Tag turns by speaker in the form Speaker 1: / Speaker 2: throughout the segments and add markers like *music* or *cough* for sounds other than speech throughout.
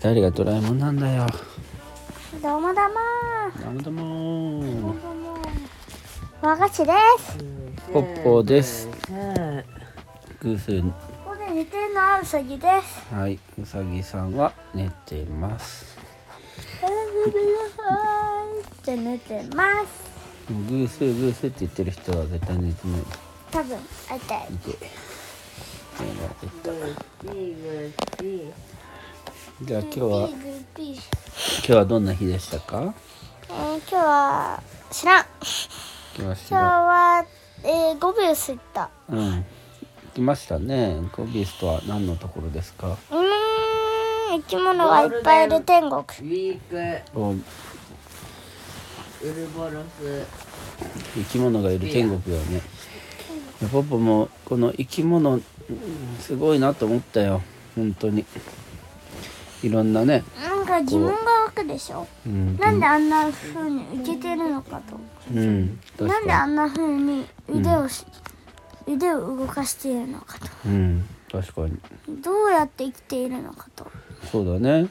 Speaker 1: 二人がドラえもんなんだよ
Speaker 2: どうもどうも
Speaker 1: どうもどう
Speaker 2: どう
Speaker 1: も
Speaker 2: も和菓子です
Speaker 1: ポッポですグース
Speaker 2: ここで寝てるのはうさぎです
Speaker 1: はいウサギさんは寝てます
Speaker 2: やめてくださいって寝てます
Speaker 1: グースーグースーって言ってる人は絶対寝てない
Speaker 2: 多分あいたい
Speaker 1: いてじゃあ今日は今
Speaker 2: えー、
Speaker 1: 日はどんな日でしたか
Speaker 2: 今日は知らん
Speaker 1: 今
Speaker 2: 今
Speaker 1: 日
Speaker 2: 日
Speaker 1: は
Speaker 2: は、えー、5秒吸った
Speaker 1: うん来ましたねゴビスとは何のところですか
Speaker 2: うーん生き物がいっぱいいる天国
Speaker 3: ウィーク
Speaker 1: お
Speaker 3: ウルボロス
Speaker 1: 生き物がいる天国よねポッポもこの生き物うんすごいなと思ったよ本当にいろんなね、
Speaker 2: なんか疑問が湧くでしょ
Speaker 1: うん、
Speaker 2: なんであんな風に受けてるのかと
Speaker 1: うん確
Speaker 2: なんで
Speaker 1: か
Speaker 2: あんな風に腕をし、腕を動かしているのかと
Speaker 1: にうん確かに
Speaker 2: どうやって生きているのかと
Speaker 1: そうだね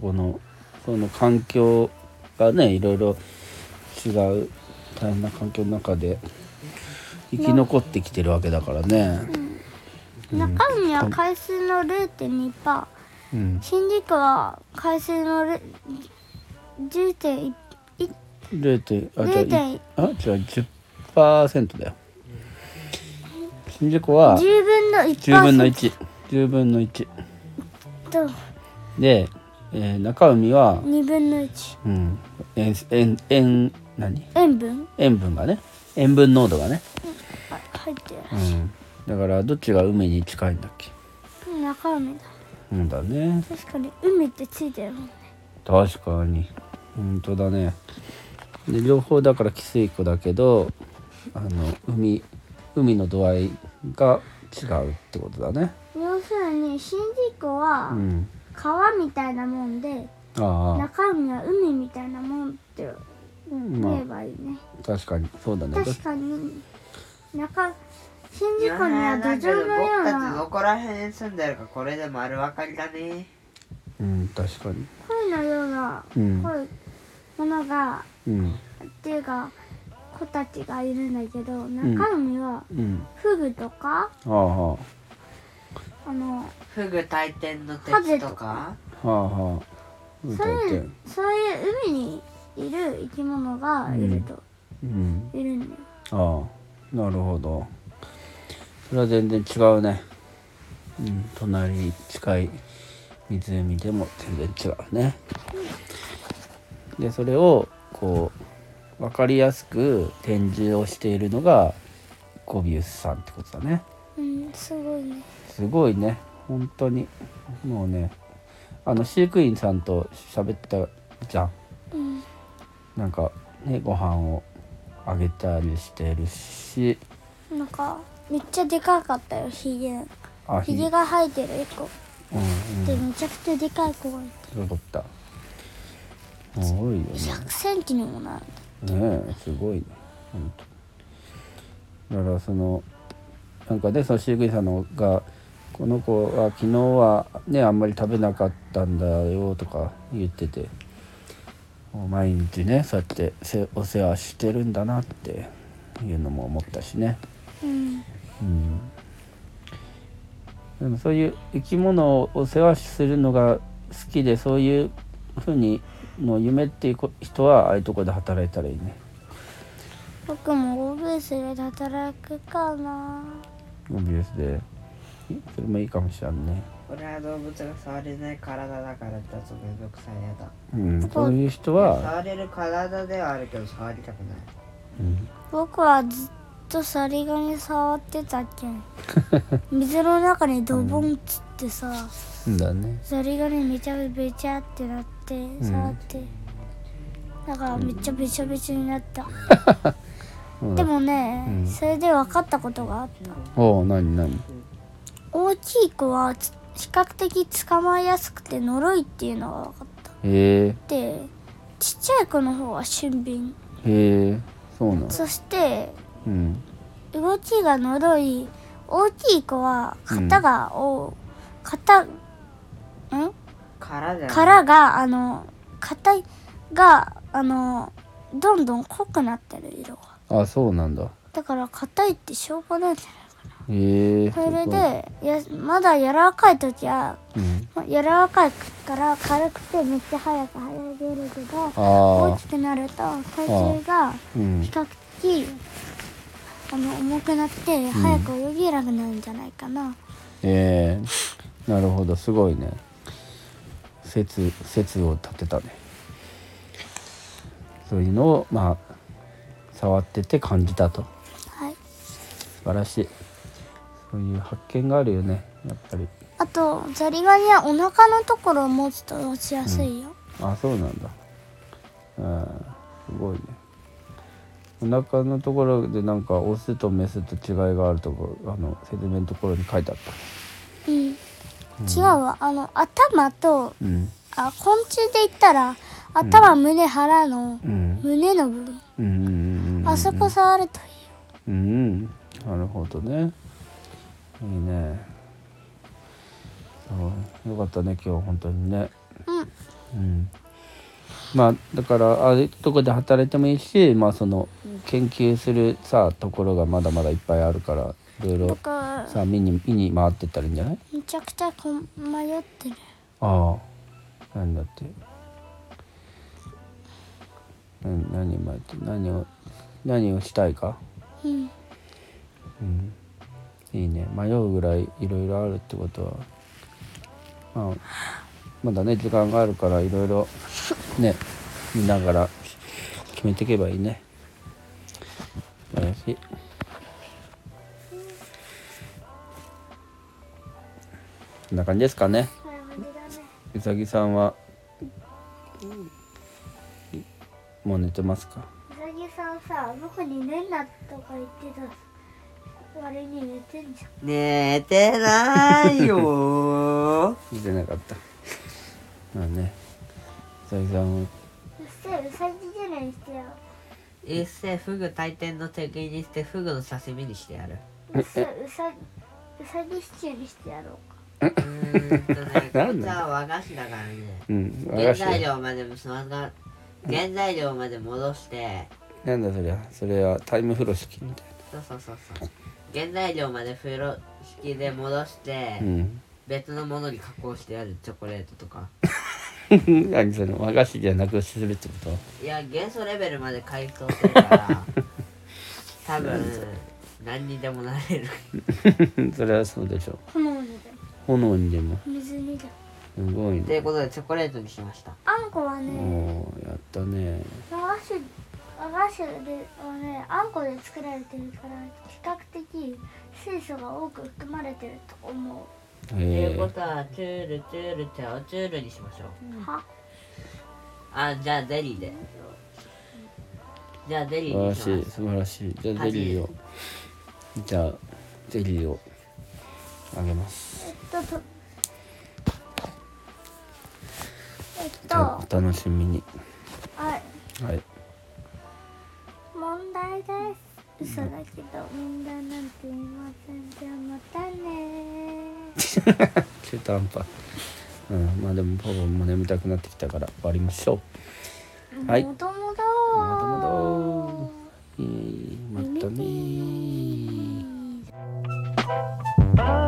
Speaker 1: このこの環境がねいろいろ違う大変な環境の中で生き残ってきてるわけだからね、
Speaker 2: 中身は海水の0.2%
Speaker 1: うん、
Speaker 2: 新宿は海水の0 10.1
Speaker 1: 0. あじゃあい
Speaker 2: 0.1
Speaker 1: あじゃあ10%だよ新宿は
Speaker 2: 10分の
Speaker 1: 10
Speaker 2: 1%
Speaker 1: 分の110分の1
Speaker 2: と
Speaker 1: で、えー中海は、
Speaker 2: 2分の1
Speaker 1: うん、塩塩塩何
Speaker 2: 塩分
Speaker 1: 塩分がね塩分濃度がね、
Speaker 2: が入ってる
Speaker 1: うん、だからどっちが海に近いんだっけ
Speaker 2: 中海だ
Speaker 1: うんだね
Speaker 2: 確かに海ってついてるもんね
Speaker 1: 確かに本当だねで両方だから汽水湖だけどあの海海の度合いが違うってことだね
Speaker 2: 要するに新宿
Speaker 1: う
Speaker 2: は
Speaker 1: ん
Speaker 2: 川みたいなもんで
Speaker 1: ああ
Speaker 2: 中身は海みたいなもんって言えばいいね、
Speaker 1: 確かにそうだね
Speaker 2: 確かに中新宿には土壌のよう
Speaker 3: 僕たちど
Speaker 2: な
Speaker 3: こら辺に住んでるかこれで丸分かりだね
Speaker 1: うん確かに
Speaker 2: 声のような
Speaker 1: うん
Speaker 2: こういうものが、
Speaker 1: うん
Speaker 2: っていうか子たちがいるんだけど中身は
Speaker 1: うん
Speaker 2: フグとか、
Speaker 1: ああは
Speaker 2: あの
Speaker 3: フグ大天の敵とか
Speaker 1: あはあはあ歌
Speaker 2: そう
Speaker 1: っ
Speaker 2: い
Speaker 1: て
Speaker 2: うそういう海にいる生き物がいると、
Speaker 1: うん
Speaker 2: いるんだよ
Speaker 1: ああなるほどそれは全然違うねうん隣近い湖でも全然違うねでそれをこう分かりやすく展示をしているのがゴビウスさんってことだね
Speaker 2: うんすごいね
Speaker 1: すごいね本当にもうねあの飼育員さんと喋ったじゃん
Speaker 2: うん
Speaker 1: なんかねご飯をあげたりしてるし
Speaker 2: なんかめっちゃでかかったよヒゲ
Speaker 1: あ
Speaker 2: ヒゲが生えてる一個
Speaker 1: うんうん
Speaker 2: でめちゃくちゃでかい子がいて
Speaker 1: すごかったすごいよね
Speaker 2: 100センチにもなる
Speaker 1: ねえすごいねほんとだからそのなんかねその飼育員さんのが「この子は昨日はねあんまり食べなかったんだよ」とか言っててもう毎日ねそうやってせお世話してるんだなっていうのも思ったしね。
Speaker 2: うん
Speaker 1: うんでもそういう生き物をお世話するのが好きでそういうふうにの夢っていうこ人はああいうとこで働いたらいいね
Speaker 2: 僕もオーブースで働くかな
Speaker 1: ゴビウスでそれもいいかもしれんね
Speaker 3: 俺は動物が触れない体だからだとめんどくさいやだ
Speaker 1: うんそういう人は、
Speaker 3: 触れる体ではあるけど触りたくない
Speaker 1: うん、
Speaker 2: 僕はずっとザリガニ触ってたっけ
Speaker 1: *laughs*
Speaker 2: 水の中にドボンっつってさ
Speaker 1: そうだね
Speaker 2: ザリガニめちゃべちゃってなって触って、だからめっちゃべちゃべちゃになった、
Speaker 1: うん
Speaker 2: でもね、
Speaker 1: うん
Speaker 2: それで分かったことがあった
Speaker 1: おう何何
Speaker 2: 大きい子はつ比較的捕まえやすくて呪いっていうのが分かった
Speaker 1: へ
Speaker 2: でちっちゃい子の方は俊敏
Speaker 1: えへえそうなの
Speaker 2: そして
Speaker 1: うん
Speaker 2: 動きが呪い大きい子は肩がを、肩ん
Speaker 3: 殻じゃない
Speaker 2: 殻があの硬いがあのどんどん濃くなってる色が
Speaker 1: あそうなんだ
Speaker 2: だから硬いってしょうがないんじ
Speaker 1: へえ
Speaker 2: ゃないそれでやまだ柔らかい時は
Speaker 1: うん、
Speaker 2: 柔らかいから軽くてめっちゃ早く入れるけど
Speaker 1: あ
Speaker 2: 大
Speaker 1: あ
Speaker 2: きくなると体重が
Speaker 1: うん
Speaker 2: 比較的あの重くなって早く泳げなくなるんじゃないかな、
Speaker 1: ええなるほどすごいね説説を立てたねそういうのをまあ触ってて感じたと
Speaker 2: はい
Speaker 1: 素晴らしいそういう発見があるよねやっぱり
Speaker 2: あとザリガニはお腹のところを持つと落ちやすいよ、
Speaker 1: あそうなんだうんすごいねお腹のところでなんかオスとメスと違いがあるとこあの説明のところに書いてあっ
Speaker 2: うん違うわあの頭と
Speaker 1: たうん
Speaker 2: あ昆虫で言ったら頭、胸腹の
Speaker 1: うん
Speaker 2: 胸の部分、
Speaker 1: うんうんうんうん
Speaker 2: あそこ触るといいよ
Speaker 1: うんなるほどねいいねそうよかったね今日本当にね
Speaker 2: うん
Speaker 1: うんまあだからああいうとこで働いてもいいしまあその研究するさところがまだまだいっぱいあるからいろいろ
Speaker 2: 僕は
Speaker 1: さ見に見に回ってったらいいんじゃない
Speaker 2: めちゃくちゃこん迷ってる
Speaker 1: ああなんだって何何を迷って何を何をしたいか
Speaker 2: うん
Speaker 1: うん、いいね迷うぐらいいろいろあるってことは、まあ、まだね時間があるからいろいろね見ながら決めていけばいいね素晴らしいこんな感じですかねうさぎさんはもう寝てますか
Speaker 2: うさぎさんさ僕に寝んなとか言ってた割に寝てんじゃん
Speaker 3: 寝てない *laughs* よー
Speaker 1: 見てなかったまあねうさぎさんは
Speaker 2: うっせえうさぎじゃないにしてよ
Speaker 3: 一世フグ大天の敵にしてフグの刺身にしてやる
Speaker 2: うっせえうさうさぎシチューにしてやろうか
Speaker 3: うーんと *laughs* ねこ
Speaker 1: ないんだ
Speaker 3: つは和菓子だからね
Speaker 1: うん、和菓
Speaker 3: 原
Speaker 1: 子
Speaker 3: 材料までもそのが原材料まで戻して
Speaker 1: なんだそりゃそれはタイム風呂式みたい
Speaker 3: そうそうそうそう原材料まで風呂敷で戻して、
Speaker 1: な
Speaker 3: 別のものに加工してあるチョコレートとか
Speaker 1: うん *laughs* 何それ和菓子じゃなくするってこと
Speaker 3: いや元素レベルまで改装するから *laughs* 多分何にでもなれる
Speaker 1: *laughs* それはそうでしょ
Speaker 2: このもので
Speaker 1: 炎にでも
Speaker 2: 水にだ
Speaker 1: すごい
Speaker 3: とい
Speaker 1: ね
Speaker 3: うことでチョコレートにしました
Speaker 2: あんこはね
Speaker 1: もうやったね
Speaker 2: 和菓子和菓子ではねあんこで作られてるから比較的水素が多く含まれてると思
Speaker 3: という
Speaker 1: ええ
Speaker 3: ことはチュールチュールチャオチュールにしましょう
Speaker 2: う、は
Speaker 3: あじゃあゼリーでじゃあゼリ
Speaker 1: 素晴ら
Speaker 3: ーにしま
Speaker 1: しい
Speaker 3: す
Speaker 1: 素晴らしいじゃあゼリーをじゃあゼリーをあげます
Speaker 2: えっととえっ
Speaker 1: じ
Speaker 2: と
Speaker 1: ゃあお楽しみに
Speaker 2: はい
Speaker 1: はい
Speaker 2: 問題です嘘だけど問題なんて言いませんじゃあまたね
Speaker 1: 中途半端うんまあでもパパも眠たくなってきたから終わりましょ
Speaker 2: ー
Speaker 1: はい
Speaker 2: もともと
Speaker 1: もともう、えーまたねー
Speaker 2: と